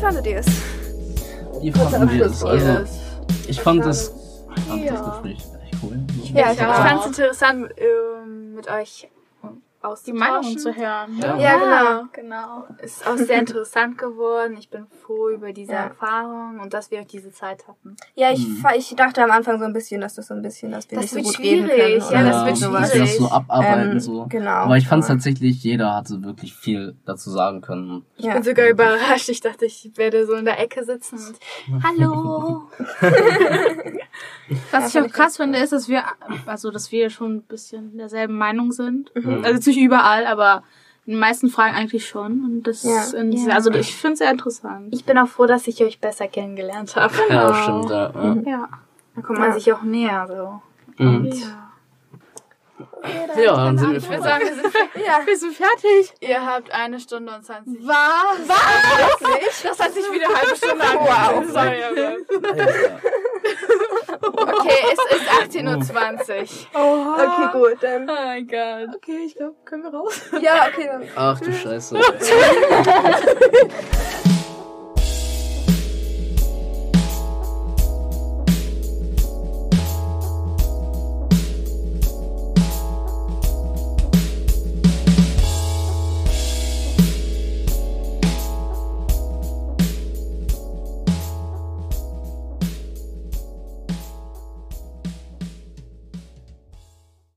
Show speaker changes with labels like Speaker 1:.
Speaker 1: fandet ihr es?
Speaker 2: Wie fanden wir es?
Speaker 3: Abriss
Speaker 2: Also,
Speaker 3: hier.
Speaker 2: ich fand
Speaker 3: Schade.
Speaker 2: das, ich fand das
Speaker 3: Ja.
Speaker 2: Gespräch echt cool. Also,
Speaker 1: Ja, ich
Speaker 3: Ja.
Speaker 1: fand es interessant, ähm, mit euch
Speaker 3: Die
Speaker 1: auszutauschen.
Speaker 3: Meinung zu hören.
Speaker 2: Ja.
Speaker 1: Ja,
Speaker 3: Ja.
Speaker 1: genau, genau. Ist auch sehr interessant geworden. Ich bin froh über diese
Speaker 4: Ja.
Speaker 1: Erfahrung und dass wir euch diese Zeit hatten.
Speaker 4: Ja, ich,
Speaker 2: Mhm.
Speaker 4: fa- ich dachte am Anfang so ein bisschen, dass das so ein bisschen, dass wir
Speaker 1: Das
Speaker 4: nicht so
Speaker 1: wird
Speaker 4: gut reden können.
Speaker 1: schwierig, ja, das wird
Speaker 2: wir müssen
Speaker 1: schwierig.
Speaker 2: Äh, das so abarbeiten.
Speaker 4: Ähm,
Speaker 2: so.
Speaker 4: Genau.
Speaker 2: Aber ich halt fand es tatsächlich, jeder hatte wirklich viel dazu sagen können.
Speaker 1: Ich bin sogar überrascht. Ich dachte, ich werde so in der Ecke sitzen und Hallo!
Speaker 3: Was
Speaker 4: Ja,
Speaker 3: ich auch krass finde, ist, dass wir, also, dass wir schon ein bisschen derselben Meinung sind.
Speaker 2: Mhm.
Speaker 3: Also, jetzt nicht überall, aber in den meisten Fragen eigentlich schon. Und das,
Speaker 4: Ja.
Speaker 3: in diese,
Speaker 1: Ja.
Speaker 3: also, ich finde es sehr interessant.
Speaker 1: Ich bin auch froh, dass ich euch besser kennengelernt habe.
Speaker 2: Ja, stimmt. Ja, ja.
Speaker 1: Mhm.
Speaker 3: ja.
Speaker 1: Da kommt man
Speaker 4: Ja.
Speaker 1: sich auch näher. So.
Speaker 2: Mhm.
Speaker 3: Ja.
Speaker 2: ja, dann sind wir fertig.
Speaker 1: sagen, wir sind,
Speaker 4: Ja,
Speaker 3: Wir sind fertig.
Speaker 1: ihr habt eine Stunde und 20.
Speaker 3: Was? Was?
Speaker 1: Das hat sich wieder eine halbe Stunde angehört. Sorry, aber- Okay, es ist 18.20 Uhr.
Speaker 4: okay, gut, dann.
Speaker 3: Oh mein Gott. Okay, ich glaube, können wir raus?
Speaker 4: Ja, okay, dann.
Speaker 2: Ach du Scheiße.